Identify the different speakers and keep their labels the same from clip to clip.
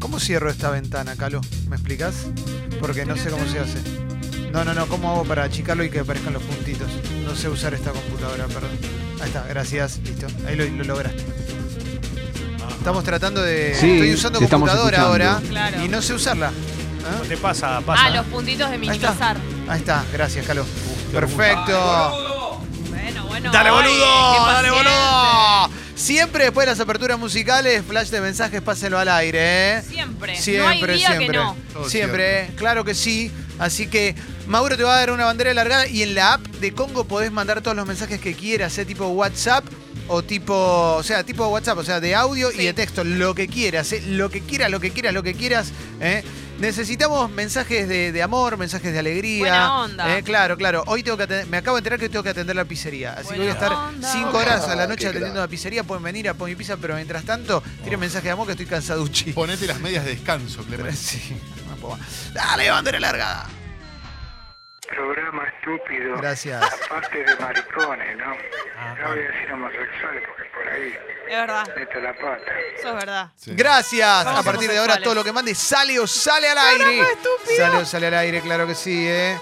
Speaker 1: ¿Cómo cierro esta ventana, Calo? ¿Me explicas? Porque no sé cómo se hace. No, no, no, ¿cómo hago para achicarlo y que aparezcan los puntitos? No sé usar esta computadora, perdón. Ahí está, gracias, listo. Ahí lo, lo lograste. Estamos tratando de.
Speaker 2: Sí,
Speaker 1: Estoy usando
Speaker 2: te estamos
Speaker 1: computadora
Speaker 2: escuchando.
Speaker 1: ahora
Speaker 3: Claro.
Speaker 1: y no sé usarla. ¿Ah?
Speaker 4: No te pasa, pasa.
Speaker 3: Ah, los puntitos de
Speaker 1: está.
Speaker 3: minimizar.
Speaker 1: Ahí está, gracias, Calo.
Speaker 4: qué
Speaker 1: Perfecto.
Speaker 3: Bueno, bueno.
Speaker 4: Dale,
Speaker 3: ay,
Speaker 4: boludo,
Speaker 3: qué
Speaker 4: dale,
Speaker 3: paciente.
Speaker 1: ¡Boludo! Siempre después de las aperturas musicales, flash de mensajes, pásenlo al aire, ¿eh?
Speaker 3: Siempre.
Speaker 1: Siempre,
Speaker 3: no hay día
Speaker 1: siempre.
Speaker 3: que no.
Speaker 1: Todo Siempre, ¿eh? claro que sí. Así que Mauro te va a dar una bandera largada y en la app de Congo podés mandar todos los mensajes que quieras, ¿eh? tipo WhatsApp o tipo, o sea, tipo WhatsApp, o sea, de audio
Speaker 3: Sí.
Speaker 1: y de texto, lo que quieras, ¿eh? lo que quieras, lo que quieras, lo que quieras. ¿eh? Necesitamos mensajes de, de amor, mensajes de alegría.
Speaker 3: Buena onda.
Speaker 1: ¿eh? Claro, claro. Hoy tengo que atender- me acabo de enterar que tengo que atender la pizzería. Así que voy a
Speaker 3: Buena
Speaker 1: estar
Speaker 3: onda.
Speaker 1: cinco horas a la
Speaker 5: Ah,
Speaker 1: noche
Speaker 5: qué
Speaker 1: atendiendo
Speaker 5: crack.
Speaker 1: la pizzería. Pueden venir a Pony Pizza, pero mientras tanto, tiren mensaje de amor que estoy cansaduchi.
Speaker 5: Ponete las medias de descanso, Clemente.
Speaker 1: Sí, no puedo más. Dale, bandera largada.
Speaker 6: programa estúpido.
Speaker 1: Gracias.
Speaker 6: Aparte de maricones, ¿no?
Speaker 4: Ah,
Speaker 6: No voy a decir homosexuales porque por ahí
Speaker 3: Es verdad.
Speaker 6: meto la pata.
Speaker 3: Eso es verdad.
Speaker 5: Sí.
Speaker 1: Gracias.
Speaker 3: Vamos
Speaker 1: a partir de ahora
Speaker 3: homosexuales.
Speaker 1: todo lo que mande sale o sale al aire. Sale o sale al aire, claro que sí, ¿eh?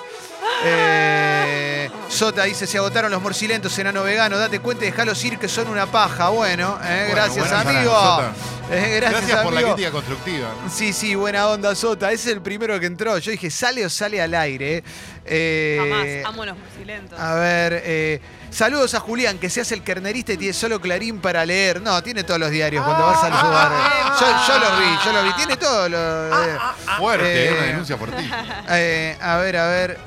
Speaker 1: Eh, Sota dice, se agotaron los morcilentos, enano vegano, date cuenta y dejalos ir que son una paja. Bueno, eh,
Speaker 5: Bueno,
Speaker 1: gracias
Speaker 5: buenas
Speaker 1: amigo.
Speaker 5: ganas,
Speaker 1: Eh, gracias,
Speaker 5: Gracias, por la
Speaker 1: amigo.
Speaker 5: crítica constructiva.
Speaker 1: Sí, sí, buena onda, Sota. Es el primero que entró. Yo dije, sale o sale al aire. eh. Eh,
Speaker 3: Jamás. Amo los musilentos.
Speaker 1: A ver, eh, saludos a Julián, que se hace el carnerista y tiene solo Clarín para leer. No, tiene todos los diarios cuando vas al lugar. Yo, yo los vi, yo los vi. Tiene todos los... eh.
Speaker 5: Fuerte,
Speaker 1: Eh.
Speaker 5: una denuncia por ti.
Speaker 1: Eh, a ver, a ver.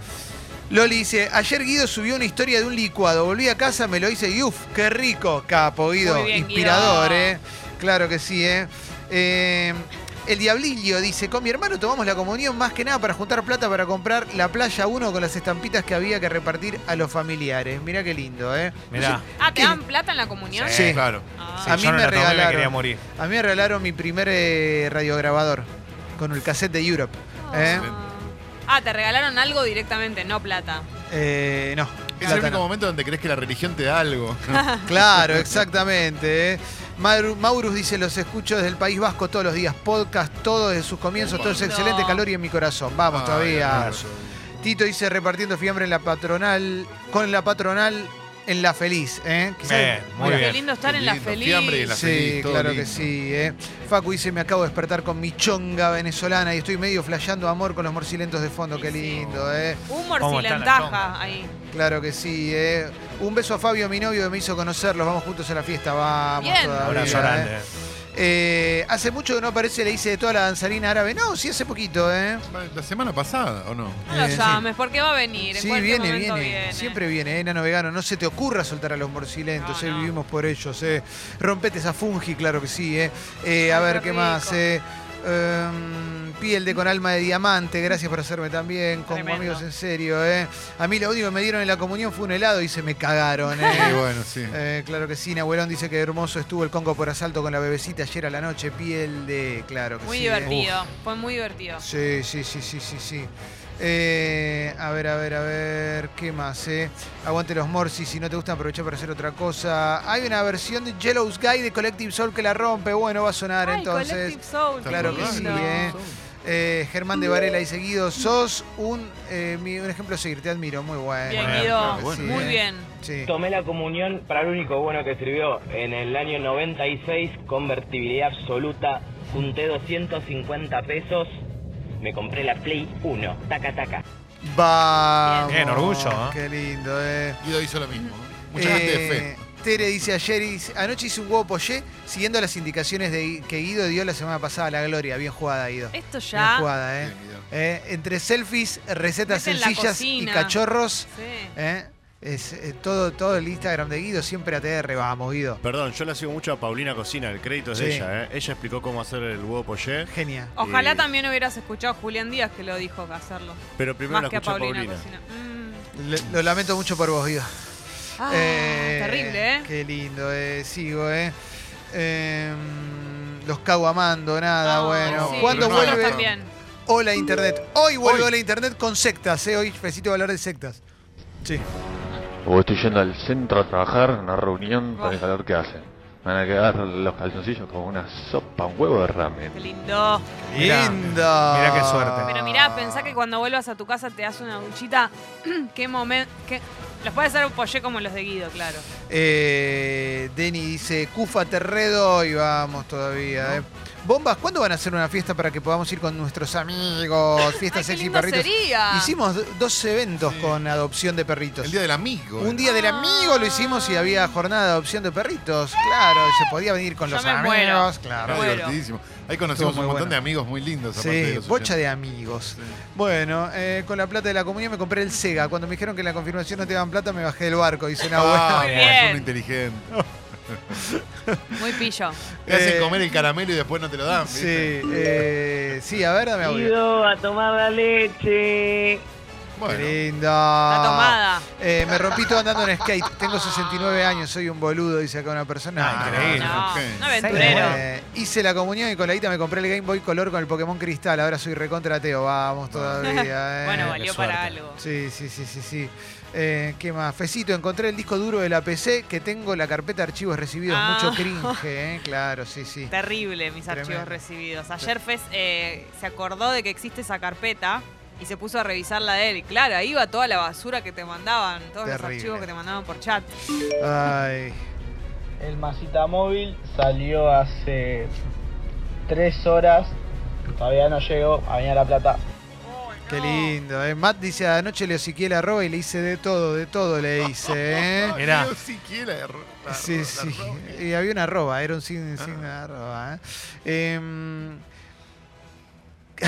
Speaker 1: Loli dice, ayer Guido subió una historia de un licuado. Volví a casa, me lo hice y uff, qué rico. Capo, Guido.
Speaker 3: Muy bien,
Speaker 1: Inspirador,
Speaker 3: Guido.
Speaker 1: ¿eh? Claro que sí, ¿eh? Eh, El Diablillo dice, con mi hermano tomamos la comunión más que nada para juntar plata para comprar la playa 1 con las estampitas que había que repartir a los familiares. Mirá qué lindo, ¿eh?
Speaker 4: Mirá.
Speaker 3: Ah, ¿te
Speaker 1: ¿Qué?
Speaker 3: dan plata en la comunión?
Speaker 1: Sí.
Speaker 5: Claro.
Speaker 3: Ah.
Speaker 4: Sí,
Speaker 1: A mí
Speaker 4: yo no
Speaker 1: me
Speaker 4: la tomé,
Speaker 1: regalaron.
Speaker 4: me quería morir.
Speaker 1: A mí me regalaron mi primer eh, radiograbador con el cassette de Europe. ¿eh?
Speaker 3: Ah, te regalaron algo directamente, no plata.
Speaker 1: Eh, no.
Speaker 5: Es
Speaker 1: plata
Speaker 5: el único
Speaker 1: no.
Speaker 5: momento donde crees que la religión te da algo.
Speaker 1: Claro, exactamente. ¿eh? Maru- Maurus dice, los escucho desde el País Vasco todos los días, podcast, todo desde sus comienzos, todo es
Speaker 3: Lindo.
Speaker 1: excelente calor y en mi corazón. Vamos
Speaker 5: Ay,
Speaker 1: todavía.
Speaker 5: hermoso.
Speaker 1: Tito dice, repartiendo fiambre en la patronal, con la patronal en la feliz. ¿eh? Quizás-
Speaker 4: Bien, muy
Speaker 1: Mira,
Speaker 3: Qué
Speaker 4: bien.
Speaker 3: lindo estar en la
Speaker 5: Lindo,
Speaker 3: feliz.
Speaker 5: fiambre y la-
Speaker 1: Sí,
Speaker 5: feliz, todo
Speaker 1: claro que
Speaker 5: lindo.
Speaker 1: sí. ¿eh? Facu dice, me acabo de despertar con mi chonga venezolana y estoy medio flasheando amor con los morcilentos de fondo. Qué
Speaker 3: Sí, sí.
Speaker 1: lindo, ¿eh?
Speaker 3: Humor
Speaker 4: ¿Cómo
Speaker 3: sin
Speaker 4: están las
Speaker 3: ventaja
Speaker 4: chongas?
Speaker 3: ahí.
Speaker 1: Claro que sí, ¿eh? Un beso a Fabio, mi novio, que me hizo conocerlos. Vamos juntos a la fiesta, vamos.
Speaker 3: Bien.
Speaker 1: todavía,
Speaker 4: Abrazo
Speaker 1: ¿eh?
Speaker 4: grande.
Speaker 1: Eh, hace mucho que no aparece, le hice de toda la danzarina árabe. No, sí, hace poquito, ¿eh?
Speaker 5: La semana pasada, ¿o no?
Speaker 3: No lo
Speaker 1: Eh, sí.
Speaker 3: llames, porque va a venir. en
Speaker 1: Sí,
Speaker 3: cualquier
Speaker 1: viene,
Speaker 3: momento
Speaker 1: viene, Siempre viene, ¿eh? Nano vegano. No se te ocurra soltar a los morcilentos,
Speaker 3: No,
Speaker 1: ¿eh?
Speaker 3: no.
Speaker 1: Vivimos por ellos, ¿eh? Rompete esa fungi, claro que sí, ¿eh? Eh, a
Speaker 3: Ay,
Speaker 1: ver,
Speaker 3: qué
Speaker 1: ¿qué más?
Speaker 3: rico.
Speaker 1: eh? Em, piel de con alma de diamante, gracias por hacerme también, como
Speaker 3: Tremendo.
Speaker 1: amigos en serio, ¿eh? A mí lo único que me dieron en la comunión fue un helado y se me cagaron, ¿eh?
Speaker 5: Sí, bueno, sí.
Speaker 1: Eh, claro que sí, Nahuelón dice que hermoso estuvo el Congo por asalto con la bebecita ayer a la noche, piel de. Claro que
Speaker 3: Muy
Speaker 1: sí. ¿eh?
Speaker 3: divertido, fue muy divertido.
Speaker 1: Sí, sí, sí, sí, sí, sí. Eh, a ver, a ver, a ver, ¿qué más? eh? Aguante los Morsi, si no te gustan aprovechar para hacer otra cosa. Hay una versión de Yellow's Guy de Collective Soul que la rompe, bueno, va a sonar
Speaker 3: Ay,
Speaker 1: entonces.
Speaker 3: Collective Soul,
Speaker 1: claro
Speaker 3: qué
Speaker 1: que sí,
Speaker 3: lindo.
Speaker 1: ¿eh? Eh, Germán de Varela y seguido, sos un, eh, mi- un ejemplo a seguir, te admiro, muy bueno.
Speaker 3: Bien,
Speaker 4: Bueno,
Speaker 3: Guido,
Speaker 5: claro que sí,
Speaker 3: muy
Speaker 1: eh.
Speaker 3: bien.
Speaker 1: Sí.
Speaker 7: Tomé la comunión para lo único bueno que sirvió. En el año 96, convertibilidad absoluta, junté 250 pesos, me compré la Play 1, taca taca.
Speaker 1: Vamos.
Speaker 4: Bien, orgullo, ¿eh?
Speaker 1: Qué lindo, eh.
Speaker 5: Guido hizo lo mismo. Mucha gente de fe.
Speaker 1: Eh, Tere dice ayer, hice- anoche hice un huevo pollé siguiendo las indicaciones de, que Guido dio la semana pasada a la gloria. Bien jugada, Guido.
Speaker 3: Esto
Speaker 1: Bien
Speaker 3: ya.
Speaker 1: jugada, ¿eh?
Speaker 5: Bien, Guido.
Speaker 1: Eh, entre selfies, recetas
Speaker 3: Mete en la
Speaker 1: sencillas y
Speaker 3: cocina.
Speaker 1: cachorros,
Speaker 3: Sí.
Speaker 1: ¿eh? es eh, todo, todo el Instagram de Guido siempre ATR. Vamos, Guido.
Speaker 8: Perdón, yo la sigo mucho a Paulina Cocina, el crédito es
Speaker 1: Sí.
Speaker 8: de ella. ¿eh? Ella explicó cómo hacer el huevo poché,
Speaker 1: Genia.
Speaker 3: Ojalá
Speaker 8: Eh.
Speaker 3: también hubieras escuchado a Julián Díaz que lo dijo que hacerlo.
Speaker 8: pero primero
Speaker 3: Más
Speaker 8: la
Speaker 3: que a
Speaker 8: escuché a
Speaker 3: Paulina,
Speaker 8: Paulina.
Speaker 3: Cocina. Mm.
Speaker 1: Le- lo lamento mucho por vos, Guido.
Speaker 3: Ah,
Speaker 1: Eh,
Speaker 3: terrible, ¿eh?
Speaker 1: Qué lindo, eh. Sigo, eh. Em, los cago amando, nada,
Speaker 3: Ay,
Speaker 1: bueno.
Speaker 3: Ah, sí,
Speaker 1: ¿Cuándo
Speaker 5: Pero no
Speaker 3: nosotros
Speaker 1: vuelve?
Speaker 3: también.
Speaker 1: Hola Internet. Hoy vuelvo a la Internet con sectas, ¿eh? Hoy necesito hablar de sectas. Sí.
Speaker 9: O estoy yendo al centro a trabajar en una reunión
Speaker 3: Oh.
Speaker 9: con el calor que hace.
Speaker 2: Van a quedar los calzoncillos como una sopa, un huevo de ramen.
Speaker 3: Qué lindo.
Speaker 1: Mirá,
Speaker 4: Linda.
Speaker 1: mirá qué suerte.
Speaker 3: Pero mirá, pensá que cuando vuelvas a tu casa te das una duchita. qué momento. Qué... Los puede hacer un pollé como los de Guido, claro.
Speaker 1: Eh, Denny dice, Cufa Terredo y vamos todavía. eh. Bombas, ¿cuándo van a hacer una fiesta para que podamos ir con nuestros amigos?
Speaker 3: Ay,
Speaker 1: Fiestas
Speaker 3: qué
Speaker 1: sexy
Speaker 3: lindo
Speaker 1: perritos.
Speaker 3: sería.
Speaker 1: Hicimos do- dos eventos con adopción de perritos.
Speaker 5: El día del amigo.
Speaker 1: Un día del
Speaker 3: Ah.
Speaker 1: amigo lo hicimos y había jornada de adopción de perritos. Claro, y se podía venir con
Speaker 3: Yo
Speaker 1: los
Speaker 3: me
Speaker 1: amigos.
Speaker 3: muero.
Speaker 5: Era
Speaker 1: Claro.
Speaker 3: Bueno.
Speaker 5: divertidísimo. Ahí
Speaker 1: Estuvo
Speaker 5: conocimos un
Speaker 1: muy
Speaker 5: montón
Speaker 1: bueno.
Speaker 5: de amigos muy lindos. aparte de
Speaker 1: Sí,
Speaker 5: los
Speaker 1: bocha
Speaker 5: oyentes.
Speaker 1: de amigos. Bueno, eh, con la plata de la comunión me compré el Sega. Cuando me dijeron que en la confirmación no te daban plata, me bajé del barco. Dice una
Speaker 5: Ah,
Speaker 1: abuela.
Speaker 3: Muy
Speaker 5: bueno, es
Speaker 3: bien.
Speaker 5: un inteligente.
Speaker 3: Muy pillo.
Speaker 5: Te hacen
Speaker 1: Eh,
Speaker 5: comer el caramelo y después no te lo dan.
Speaker 1: Sí,
Speaker 5: ¿viste?
Speaker 1: eh, sí, a ver, dame audio.
Speaker 7: Ido a tomar la leche.
Speaker 1: Qué
Speaker 5: Bueno,
Speaker 1: lindo.
Speaker 3: Está tomada.
Speaker 1: Eh, me rompí todo andando en skate. Tengo 69 años, soy un boludo, dice acá una persona.
Speaker 5: Ah, increíble.
Speaker 3: No,
Speaker 5: ok.
Speaker 3: no aventurero.
Speaker 1: Eh, hice la comunión y con la guita me compré el Game Boy Color con el Pokémon Cristal. Ahora soy recontra ateo. Vamos todavía. eh.
Speaker 3: Bueno, valió
Speaker 8: qué
Speaker 3: para
Speaker 8: suerte.
Speaker 3: algo.
Speaker 1: Sí, sí, sí, sí, sí. Eh, ¿Qué más? Fecito, encontré el disco duro de la PC que tengo la carpeta de archivos recibidos.
Speaker 3: Ah.
Speaker 1: Mucho cringe, eh. claro, sí, sí.
Speaker 3: Terrible mis
Speaker 1: Tremendo.
Speaker 3: archivos recibidos. Ayer Fez eh, se acordó de que existe esa carpeta y se puso a revisarla de él. Y claro, ahí iba toda la basura que te mandaban, todos
Speaker 1: Terrible.
Speaker 3: los archivos que te mandaban por chat.
Speaker 1: Ay.
Speaker 7: El Masita Móvil salió hace tres horas. Todavía no llegó a Avenida La Plata.
Speaker 1: Qué lindo, ¿eh? Matt dice, anoche le hociqué la roba y le hice de todo, de todo le hice, ¿eh?
Speaker 5: Ah,
Speaker 4: Mirá.
Speaker 5: Dios, si quiere la- la-
Speaker 1: Sí,
Speaker 5: la
Speaker 1: sí.
Speaker 5: roba.
Speaker 1: Y había una arroba, era un signo,
Speaker 4: Ah.
Speaker 1: signo de arroba. ¿eh? Em,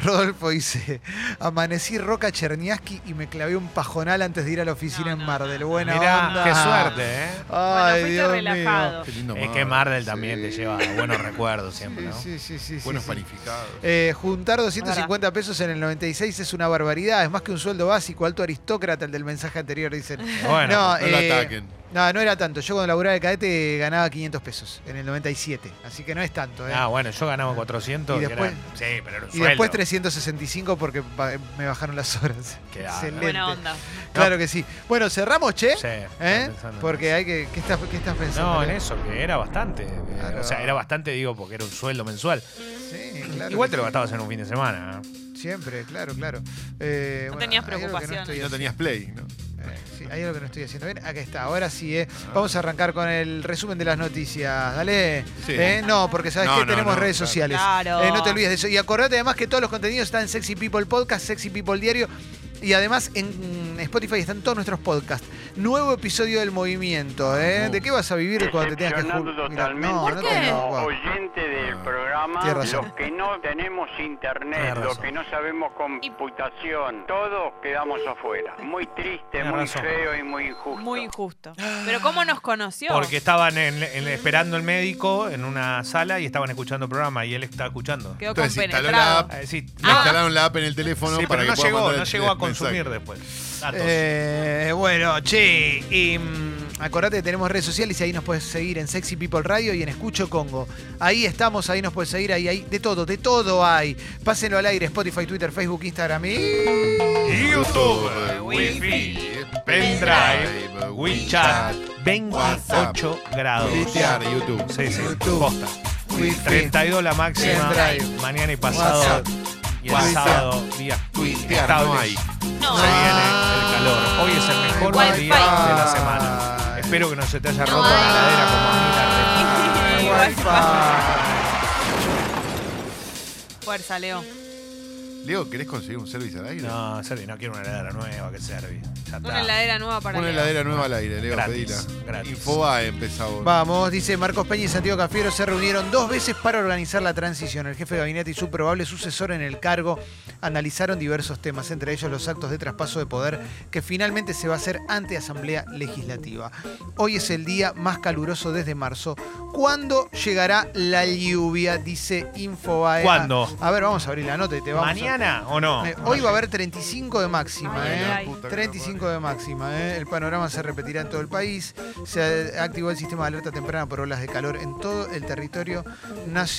Speaker 1: Rodolfo dice, amanecí Roca Cherniaski y me clavé un pajonal antes de ir a la oficina
Speaker 3: No,
Speaker 1: en
Speaker 3: no,
Speaker 1: Mar del
Speaker 3: no.
Speaker 1: Buena
Speaker 4: Mirá,
Speaker 1: onda.
Speaker 4: qué suerte, ¿eh?
Speaker 3: bueno,
Speaker 1: Ay,
Speaker 3: fuiste
Speaker 1: Dios
Speaker 3: relajado.
Speaker 5: Qué lindo
Speaker 4: Es que Mar del también te lleva a buenos recuerdos siempre,
Speaker 1: mío.
Speaker 4: ¿no?
Speaker 1: Sí, sí, sí, sí,
Speaker 5: Buenos
Speaker 1: sí.
Speaker 5: panificados.
Speaker 1: Eh, juntar 250 pesos en el 96 es una barbaridad, es más que un sueldo básico, alto aristócrata el del mensaje anterior, dicen.
Speaker 4: Bueno,
Speaker 1: No,
Speaker 5: no lo
Speaker 1: eh,
Speaker 5: ataquen.
Speaker 1: No, no era tanto. Yo cuando laburaba de cadete ganaba 500 pesos en el 97. Así que no es tanto. ¿eh?
Speaker 4: Ah, bueno, yo ganaba 400.
Speaker 1: Y
Speaker 4: que
Speaker 1: después-
Speaker 4: eran- sí, pero era un
Speaker 1: y después
Speaker 4: sueldo.
Speaker 1: 365 porque ba- me bajaron las horas.
Speaker 4: Qué
Speaker 1: Excelente.
Speaker 3: Buena onda.
Speaker 1: Claro que sí. Bueno, cerramos, che.
Speaker 4: Sí,
Speaker 1: ¿Eh?
Speaker 4: estaba pensando en
Speaker 1: Porque
Speaker 4: eso.
Speaker 1: hay que. ¿Qué estás, qué estás pensando? eh?
Speaker 4: No, en
Speaker 1: Leo?
Speaker 4: eso, que era bastante. eh,
Speaker 1: Claro.
Speaker 4: O sea, era bastante, digo, porque era un sueldo mensual.
Speaker 1: Sí, claro.
Speaker 4: Igual
Speaker 1: que
Speaker 4: te lo
Speaker 1: sí.
Speaker 4: gastabas en un fin de semana. ¿eh?
Speaker 1: Siempre, claro, claro. Eh,
Speaker 3: No
Speaker 1: bueno, hay algo
Speaker 3: tenías
Speaker 1: que no
Speaker 3: preocupaciones.
Speaker 1: estoy
Speaker 5: Y no
Speaker 1: haciendo.
Speaker 5: tenías play, ¿no?
Speaker 1: Eh, sí, hay algo que no estoy haciendo bien. Acá está, ahora sí, ¿eh?
Speaker 5: Ah.
Speaker 1: Vamos a arrancar con el resumen de las noticias. Dale.
Speaker 5: Sí.
Speaker 1: ¿Eh? No, porque sabes
Speaker 5: No,
Speaker 1: que
Speaker 5: no,
Speaker 1: tenemos
Speaker 5: no,
Speaker 1: redes
Speaker 5: claro.
Speaker 1: sociales.
Speaker 3: Claro.
Speaker 1: Eh, no te olvides de eso. Y acordate además que todos los contenidos están en Sexy People Podcast, Sexy People Diario. Y además en Spotify están todos nuestros podcasts. Nuevo episodio del movimiento. ¿eh? ¿De qué vas a vivir cuando te tengas que
Speaker 9: Decepcionando
Speaker 1: ju- Mirá,
Speaker 9: totalmente
Speaker 1: No, no
Speaker 3: ¿Por qué?
Speaker 1: te- no,
Speaker 9: como
Speaker 1: guau. Ah,
Speaker 9: oyente del programa,
Speaker 1: Tienes razón.
Speaker 9: los que no tenemos internet,
Speaker 4: Tienes
Speaker 9: los
Speaker 4: razón.
Speaker 9: que no sabemos computación, todos quedamos afuera. Muy triste,
Speaker 4: Tienes
Speaker 9: muy
Speaker 4: razón.
Speaker 9: feo y muy injusto.
Speaker 3: Muy injusto. Pero ¿cómo nos conoció?
Speaker 4: Porque estaban en- en- esperando el médico en una sala y estaban escuchando el programa y él estaba escuchando.
Speaker 3: Quedó
Speaker 5: Entonces instaló la
Speaker 3: compenetrado.
Speaker 5: app,
Speaker 4: Eh, sí,
Speaker 5: Le instalaron la app en el teléfono
Speaker 4: sí,
Speaker 5: para
Speaker 4: pero no
Speaker 5: que pueda
Speaker 4: llegó,
Speaker 5: mandar
Speaker 4: no
Speaker 5: el-
Speaker 4: llegó a
Speaker 5: el mensaje.
Speaker 4: consumir después. Datos.
Speaker 1: Eh, bueno, che, y, mm, acordate que tenemos redes sociales y ahí nos puedes seguir en Sexy People Radio y en Escucho Congo. Ahí estamos, ahí nos puedes seguir, ahí hay de todo, de todo hay. Pásenlo al aire, Spotify, Twitter, Facebook, Instagram y...
Speaker 5: YouTube,
Speaker 3: Wi-Fi,
Speaker 4: Pendrive, WeChat, 28 grados.
Speaker 5: Twittear, YouTube.
Speaker 4: Sí, sí,
Speaker 1: YouTube.
Speaker 4: posta.
Speaker 1: Wi-Fi.
Speaker 4: 32 la máxima.
Speaker 1: Pendrive.
Speaker 4: Mañana y pasado.
Speaker 1: WhatsApp.
Speaker 4: Y el
Speaker 5: WhatsApp.
Speaker 4: sábado, día
Speaker 5: Tuitear
Speaker 4: estable.
Speaker 5: no hay.
Speaker 3: No.
Speaker 4: Se viene el calor. Hoy es el mejor
Speaker 3: Wi-Fi.
Speaker 4: día de la semana. Espero que no se te haya roto la heladera como a mí la red.
Speaker 3: Fuerza, Leo.
Speaker 5: Leo, ¿querés conseguir un service al aire?
Speaker 4: No, Servi, no quiero una heladera nueva que servi. Ya
Speaker 3: Una
Speaker 4: está.
Speaker 3: heladera nueva para
Speaker 5: Una
Speaker 3: Leo.
Speaker 5: heladera nueva al aire, Leo,
Speaker 4: Gratis,
Speaker 5: pedila.
Speaker 4: gratis.
Speaker 5: Infobae empezaba.
Speaker 1: Vamos, dice Marcos Peña y Santiago Cafiero se reunieron dos veces para organizar la transición. El jefe de gabinete y su probable sucesor en el cargo analizaron diversos temas, entre ellos los actos de traspaso de poder que finalmente se va a hacer ante Asamblea Legislativa. Hoy es el día más caluroso desde marzo. ¿Cuándo llegará la lluvia? Dice Infobae.
Speaker 4: ¿Cuándo?
Speaker 1: A ver, vamos a abrir la nota y te vamos a-
Speaker 4: ¿Mañana o no?
Speaker 1: eh, Hoy va a haber 35 de máxima,
Speaker 3: Ay,
Speaker 1: ¿eh?
Speaker 3: ay, ay.
Speaker 1: 35 de máxima, ¿eh? El panorama se repetirá en todo el país. Se activó el sistema de alerta temprana por olas de calor en todo el territorio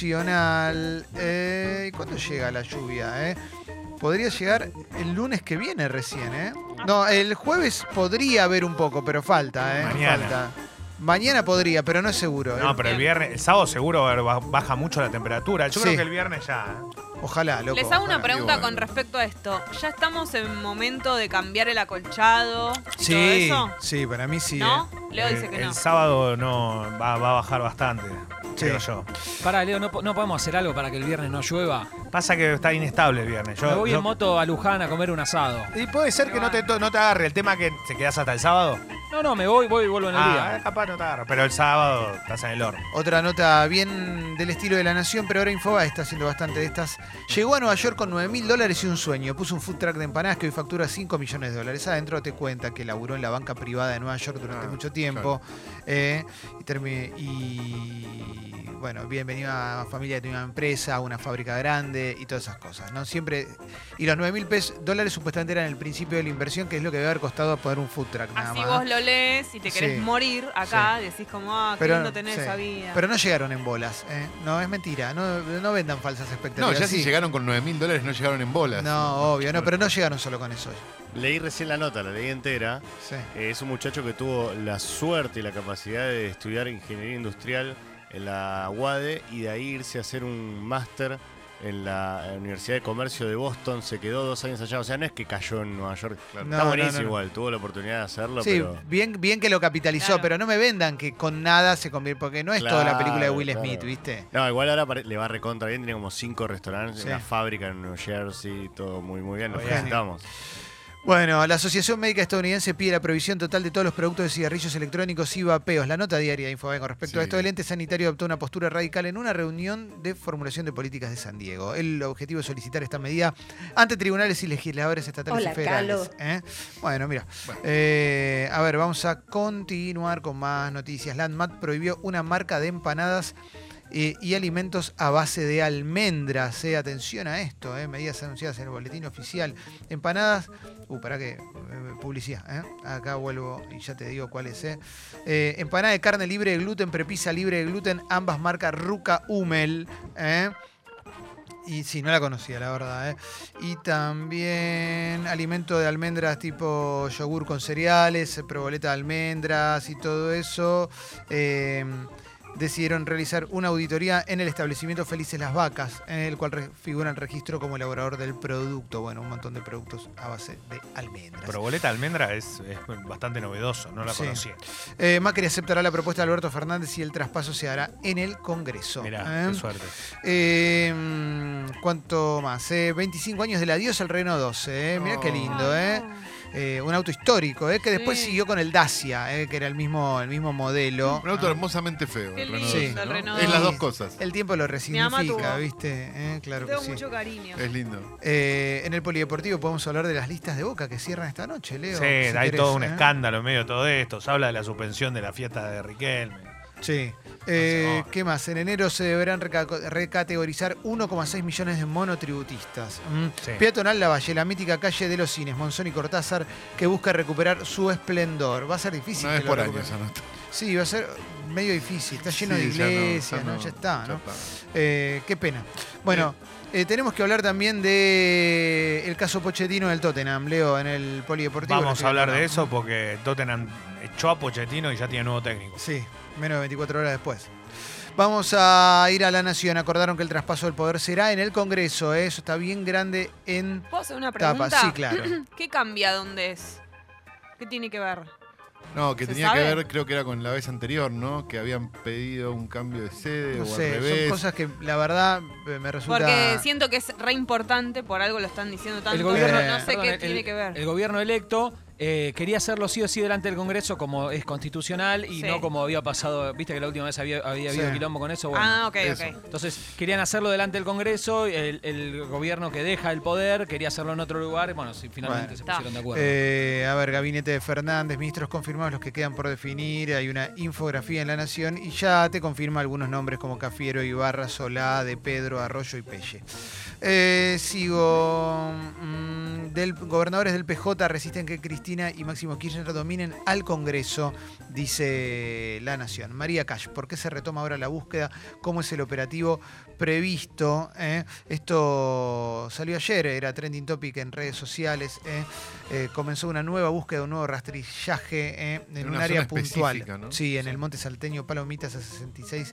Speaker 1: nacional. Eh, ¿y ¿Cuándo llega la lluvia, eh? Podría llegar el lunes que viene
Speaker 3: Ah.
Speaker 1: recién, ¿eh? No, el jueves podría haber un poco, pero falta, ¿eh?
Speaker 4: Mañana.
Speaker 1: Falta. Mañana podría, pero no es seguro. ¿eh?
Speaker 4: No, pero el viernes, el sábado seguro va- va- baja mucho la temperatura. Yo
Speaker 1: Sí.
Speaker 4: creo que el viernes ya. ¿eh?
Speaker 1: Ojalá, loco.
Speaker 3: Les hago una
Speaker 5: ojalá,
Speaker 3: pregunta
Speaker 5: digo,
Speaker 3: con respecto a esto. ¿Ya estamos en momento de cambiar el acolchado y
Speaker 1: Sí,
Speaker 3: todo eso?
Speaker 1: sí, para mí sí.
Speaker 3: ¿No?
Speaker 1: eh.
Speaker 3: Leo
Speaker 4: el,
Speaker 3: dice que
Speaker 4: el
Speaker 3: no.
Speaker 4: sábado no va, va a bajar bastante.
Speaker 1: Sí.
Speaker 4: creo yo.
Speaker 10: Para, Leo, no, po- no podemos hacer algo para que el viernes no llueva.
Speaker 4: Pasa que está inestable el viernes. Yo,
Speaker 10: Me voy
Speaker 4: yo-
Speaker 10: en moto a Luján a comer un asado.
Speaker 4: Y puede ser que no te, to- no te agarre el tema que te quedas hasta el sábado.
Speaker 10: No, no, me voy, voy y vuelvo en el
Speaker 4: Ah,
Speaker 10: día.
Speaker 4: capaz no te agarra. Pero el sábado estás en el horno.
Speaker 1: Otra nota bien del estilo de la nación, pero ahora Infobae está haciendo bastante de estas. Llegó a Nueva York con 9 mil dólares y un sueño. Puso un food truck de empanadas que hoy factura 5 millones de dólares. Adentro te cuenta que laburó en la banca privada de Nueva York durante
Speaker 5: Ah,
Speaker 1: mucho tiempo. eh, y, termi- y, bueno, bienvenido a una familia que tenía una empresa, una fábrica grande y todas esas cosas. ¿no? Siempre, y los 9 mil dólares supuestamente eran el principio de la inversión, que es lo que debe haber costado poner un food truck. nada
Speaker 3: Así
Speaker 1: más.
Speaker 3: vos lo lees y te querés
Speaker 1: Sí.
Speaker 3: morir acá, decís como, ah, qué lindo tener
Speaker 1: sí.
Speaker 3: esa vida.
Speaker 1: Pero no llegaron en bolas, ¿eh? No, es mentira. No, no vendan falsas
Speaker 5: No,
Speaker 1: expectativas.
Speaker 5: ya si
Speaker 1: sí.
Speaker 5: llegaron con 9 mil dólares, no llegaron en bolas.
Speaker 1: No, obvio, no, pero no llegaron solo con eso.
Speaker 8: Leí recién la nota, la leí entera.
Speaker 1: Sí.
Speaker 8: Eh, es un muchacho que tuvo la suerte y la capacidad de estudiar ingeniería industrial en la UADE y de ahí irse a hacer un máster en la Universidad de Comercio de Boston. Se quedó dos años allá. O sea, no es que cayó en Nueva York.
Speaker 5: Claro.
Speaker 1: No,
Speaker 8: Está buenísimo
Speaker 1: no, no.
Speaker 8: igual, tuvo la oportunidad de hacerlo,
Speaker 1: Sí,
Speaker 8: pero.
Speaker 1: bien, bien que lo capitalizó,
Speaker 3: Claro.
Speaker 1: pero no me vendan que con nada se convierte, porque no es toda la
Speaker 8: Claro,
Speaker 1: película de Will
Speaker 8: claro.
Speaker 1: Smith, ¿viste?
Speaker 8: No, igual ahora pare- le va recontra bien, tiene como cinco restaurantes,
Speaker 1: Sí.
Speaker 8: una fábrica en New Jersey, todo muy muy bien, lo
Speaker 1: Bien.
Speaker 8: presentamos.
Speaker 1: Bueno, la Asociación Médica Estadounidense pide la provisión total de todos los productos de cigarrillos electrónicos y vapeos. La nota diaria de Infobae con respecto a
Speaker 5: Sí.
Speaker 1: esto, el ente sanitario adoptó una postura radical en una reunión de formulación de políticas de San Diego. El objetivo es solicitar esta medida ante tribunales y legisladores estatales y
Speaker 11: Hola,
Speaker 1: federales.
Speaker 11: Calo.
Speaker 1: ¿eh? Bueno, mira. Eh, a ver, vamos a continuar con más noticias. Landmat prohibió una marca de empanadas eh, y alimentos a base de almendras. eh. Atención a esto, eh. medidas anunciadas en el boletín oficial. Empanadas, uh, para que publicidad, eh. acá vuelvo y ya te digo cuál es. eh. Eh, empanada de carne libre de gluten, prepisa libre de gluten, ambas marcas Ruca Hummel. eh. Y sí, no la conocía, la verdad. ¿eh? Y también alimento de almendras tipo yogur con cereales, eh, proboleta de almendras y todo eso. Eh, decidieron realizar una auditoría en el establecimiento Felices las Vacas, en el cual re- figura el registro como elaborador del producto. Bueno, un montón de productos a base de almendras.
Speaker 4: Pero boleta de almendra es, es bastante novedoso, no la
Speaker 1: Sí.
Speaker 4: conocía.
Speaker 1: Eh, Macri aceptará la propuesta de Alberto Fernández y el traspaso se hará en el Congreso.
Speaker 4: Mirá,
Speaker 1: ¿eh?
Speaker 4: qué suerte.
Speaker 1: Eh, mm, ¿Cuánto más? eh? 25 años del adiós al Renault 12. eh. Mirá qué lindo, ¿eh? Eh, un auto histórico, ¿eh? que después
Speaker 3: Oh. Sí.
Speaker 1: siguió con el Dacia, ¿eh? que era el mismo, el mismo modelo.
Speaker 5: Un auto hermosamente feo.
Speaker 3: Qué
Speaker 5: el
Speaker 3: lindo,
Speaker 5: Renault,
Speaker 1: el
Speaker 5: ¿no?
Speaker 3: Renault.
Speaker 5: Es las dos cosas.
Speaker 1: El tiempo lo
Speaker 3: ama
Speaker 1: resignifica,
Speaker 3: tuvo.
Speaker 1: ¿viste? Eh, claro que
Speaker 3: Tengo
Speaker 1: sí.
Speaker 3: mucho cariño.
Speaker 5: Es lindo.
Speaker 1: Eh, en el Polideportivo podemos hablar de las listas de boca que cierran esta noche, Leo.
Speaker 4: Sí,
Speaker 1: si
Speaker 4: hay
Speaker 1: querés,
Speaker 4: todo un
Speaker 1: ¿eh?
Speaker 4: escándalo en medio de todo esto. Se habla de la suspensión de la fiesta de Riquelme.
Speaker 1: Sí. Eh,
Speaker 4: No sé.
Speaker 1: ¿Qué más? En enero se deberán reca- recategorizar 1,6 millones de monotributistas. Mm.
Speaker 4: Sí.
Speaker 1: Peatonal Lavalle, la mítica calle de los cines, Monzón y Cortázar, que busca recuperar su esplendor. Va a ser difícil.
Speaker 5: Una
Speaker 1: que
Speaker 5: vez
Speaker 1: lo
Speaker 5: por año
Speaker 1: recupere.
Speaker 5: esa nota.
Speaker 1: Sí, va a ser medio difícil. Está lleno de
Speaker 5: Sí, ya no,
Speaker 1: iglesias, ya, ¿no? ya está, ¿no? Eh, qué pena. Bueno, eh, tenemos que hablar también de el caso Pochettino del Tottenham, Leo, en el Polideportivo. Lo
Speaker 4: Vamos
Speaker 1: estoy
Speaker 4: a hablar de
Speaker 1: hablando.
Speaker 4: eso porque Tottenham echó a Pochettino y ya tiene nuevo técnico.
Speaker 1: Sí, menos de 24 horas después. Vamos a ir a la Nación. Acordaron que el traspaso del poder será en el Congreso. ¿eh? Eso está bien grande en
Speaker 3: ¿Puedo hacer una pregunta?
Speaker 1: tapa. Sí, claro.
Speaker 3: ¿Qué cambia dónde es? ¿Qué tiene que ver?
Speaker 5: No, que
Speaker 3: ¿Se
Speaker 5: tenía que
Speaker 3: sabe?
Speaker 5: ver, creo que era con la vez anterior, ¿no? Que habían pedido un cambio de sede
Speaker 1: No
Speaker 5: o
Speaker 1: sé,
Speaker 5: al
Speaker 1: son
Speaker 5: revés.
Speaker 1: cosas que la verdad eh, me resulta.
Speaker 3: Porque siento que es re importante, por algo lo están diciendo tanto.
Speaker 10: El gobierno-
Speaker 3: no sé
Speaker 10: Perdón,
Speaker 3: qué
Speaker 10: el-
Speaker 3: tiene que ver.
Speaker 10: El gobierno electo eh, quería hacerlo sí o sí delante del Congreso como es constitucional y
Speaker 3: Sí.
Speaker 10: no como había pasado, viste que la última vez había, había habido
Speaker 1: Sí.
Speaker 10: quilombo con eso. Bueno.
Speaker 3: ah, ok,
Speaker 5: eso.
Speaker 3: ok.
Speaker 10: Entonces querían hacerlo delante del Congreso, el, el gobierno que deja el poder quería hacerlo en otro lugar, bueno, sí, finalmente
Speaker 1: Bueno.
Speaker 10: se pusieron de acuerdo.
Speaker 1: Eh, a ver, gabinete de Fernández, ministros confirmados, los que quedan por definir. Hay una infografía en la Nación y ya te confirma algunos nombres como Cafiero, Ibarra, Solá, De Pedro, Arroyo y Pelle. Eh, sigo. mm, del, gobernadores del PJ resisten que Cristina y Máximo Kirchner dominen al Congreso, dice La Nación. María Cash, ¿por qué se retoma ahora la búsqueda? ¿Cómo es el operativo previsto? eh? Esto salió ayer, era trending topic en redes sociales. eh. Eh, comenzó una nueva búsqueda, un nuevo rastrillaje eh, en,
Speaker 5: En
Speaker 1: un
Speaker 5: una
Speaker 1: área
Speaker 5: zona
Speaker 1: puntual.
Speaker 5: específica, ¿no?
Speaker 1: Sí, en el Monte Salteño Palomitas a 66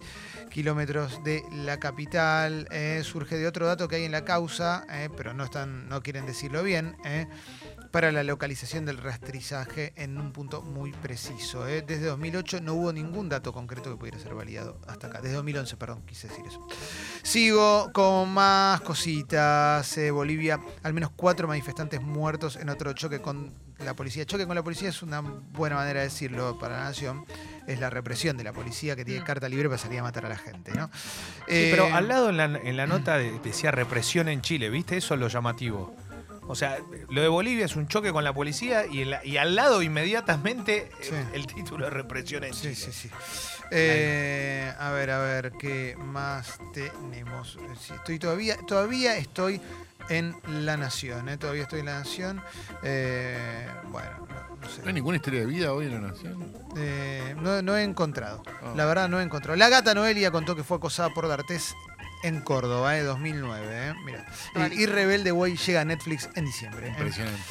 Speaker 1: kilómetros de la capital. eh, surge de otro dato que hay en la causa, eh, pero no, están, no quieren decirlo bien, eh, para la localización del rastrizaje en un punto muy preciso. eh. Desde 2008 no hubo ningún dato concreto que pudiera ser validado hasta acá. Desde 2011, perdón, quise decir eso. Sigo con más cositas. Eh, Bolivia, al menos cuatro manifestantes muertos en otro choque con la policía. Choque con la policía es una buena manera de decirlo para la nación. Es la represión de la policía que tiene
Speaker 3: Mm.
Speaker 1: carta libre para salir a matar a la gente, ¿no?
Speaker 4: Sí,
Speaker 1: Eh,
Speaker 4: pero al lado en la, en la nota de- decía represión en Chile, ¿viste? Eso es lo llamativo. O sea, lo de Bolivia es un choque con la policía y, en la- y al lado inmediatamente eh,
Speaker 1: Sí.
Speaker 4: el título de represión en
Speaker 1: Sí,
Speaker 4: Chile.
Speaker 1: sí, sí. Eh, a ver, a ver, ¿qué más tenemos? Eh, sí, Estoy todavía, todavía estoy en La Nación, ¿eh? Todavía estoy en La Nación. Eh, bueno, no, no sé.
Speaker 5: ¿No hay ninguna historia de vida hoy en la nación?
Speaker 1: Eh, no, no he encontrado.
Speaker 5: Ah.
Speaker 1: La verdad, no he encontrado. La gata Noelia contó que fue acosada por D'Artés en Córdoba, ¿eh? 2009. ¿eh? Mirá. Y, y Rebelde Way llega a Netflix en diciembre. ¿eh?
Speaker 5: Impresionante.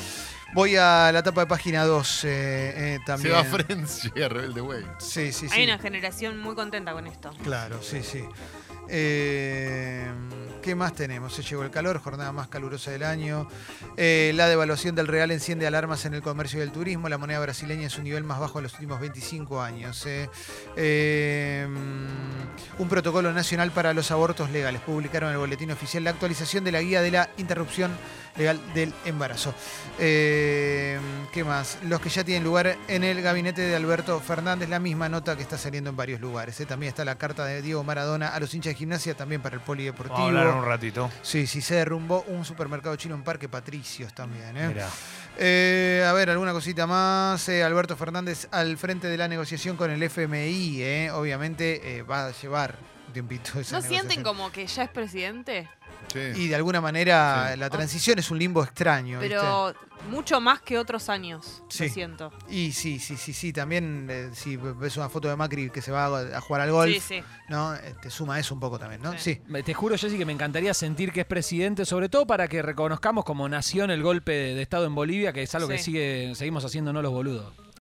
Speaker 1: Voy a la tapa de página 12 eh,
Speaker 5: Se
Speaker 1: también.
Speaker 5: va Friends, llega Rebelde Way.
Speaker 1: Sí, sí, sí.
Speaker 3: Hay una generación muy contenta con esto.
Speaker 1: Claro, sí, sí. Eh, ¿Qué más tenemos? Se llegó el calor, jornada más calurosa del año. Eh, la devaluación del real enciende alarmas en el comercio y el turismo. La moneda brasileña es un nivel más bajo en los últimos 25 años. eh. Eh, un protocolo nacional para los abortos legales. Publicaron en el boletín oficial la actualización de la guía de la interrupción legal del embarazo. Eh, ¿Qué más? Los que ya tienen lugar en el gabinete de Alberto Fernández, la misma nota que está saliendo en varios lugares. ¿eh? También está la carta de Diego Maradona a los hinchas de gimnasia, también para el
Speaker 4: Vamos a hablar un
Speaker 1: polideportivo.
Speaker 4: ratito.
Speaker 1: Sí, sí, se derrumbó un supermercado chino en Parque Patricios también. ¿eh?
Speaker 4: Mirá.
Speaker 1: Eh, a ver, alguna cosita más. Eh, Alberto Fernández al frente de la negociación con el FMI. ¿eh? Obviamente eh, va a llevar un tiempito esa
Speaker 3: ¿No sienten
Speaker 1: negociación.
Speaker 3: como que ya es presidente?
Speaker 5: Sí.
Speaker 1: Y de alguna manera
Speaker 5: Sí.
Speaker 1: la transición es un limbo extraño. ¿viste?
Speaker 3: Pero mucho más que otros años, lo
Speaker 1: Sí.
Speaker 3: siento.
Speaker 1: Y sí, sí, sí, sí, también eh, si ves una foto de Macri que se va a a jugar al golf,
Speaker 3: Sí, sí.
Speaker 1: ¿no? Eh, Te suma eso un poco también, ¿no? Sí.
Speaker 3: Sí.
Speaker 10: Me- Te juro, Jessy, que me encantaría sentir que es presidente, sobre todo para que reconozcamos como nación el golpe de, de Estado en Bolivia, que es algo que
Speaker 3: Sí.
Speaker 10: sigue, seguimos haciendo no los boludos.